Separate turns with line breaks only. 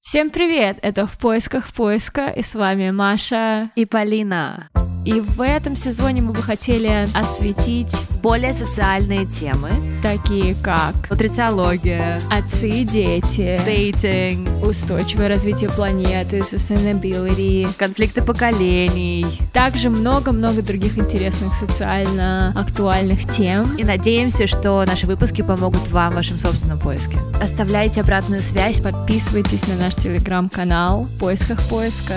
Всем привет! Это «В поисках поиска» и с вами Маша.
И Полина.
И в этом сезоне мы бы хотели осветить
Более социальные темы.
такие как
Нутрициология,
отцы и дети,
дейтинг,
устойчивое развитие планеты, sustainability,
конфликты поколений.
также много-много других интересных социально актуальных тем.
И надеемся, что наши выпуски помогут вам в вашем собственном поиске.
Оставляйте обратную связь, подписывайтесь на наш телеграм-канал в поисках поиска.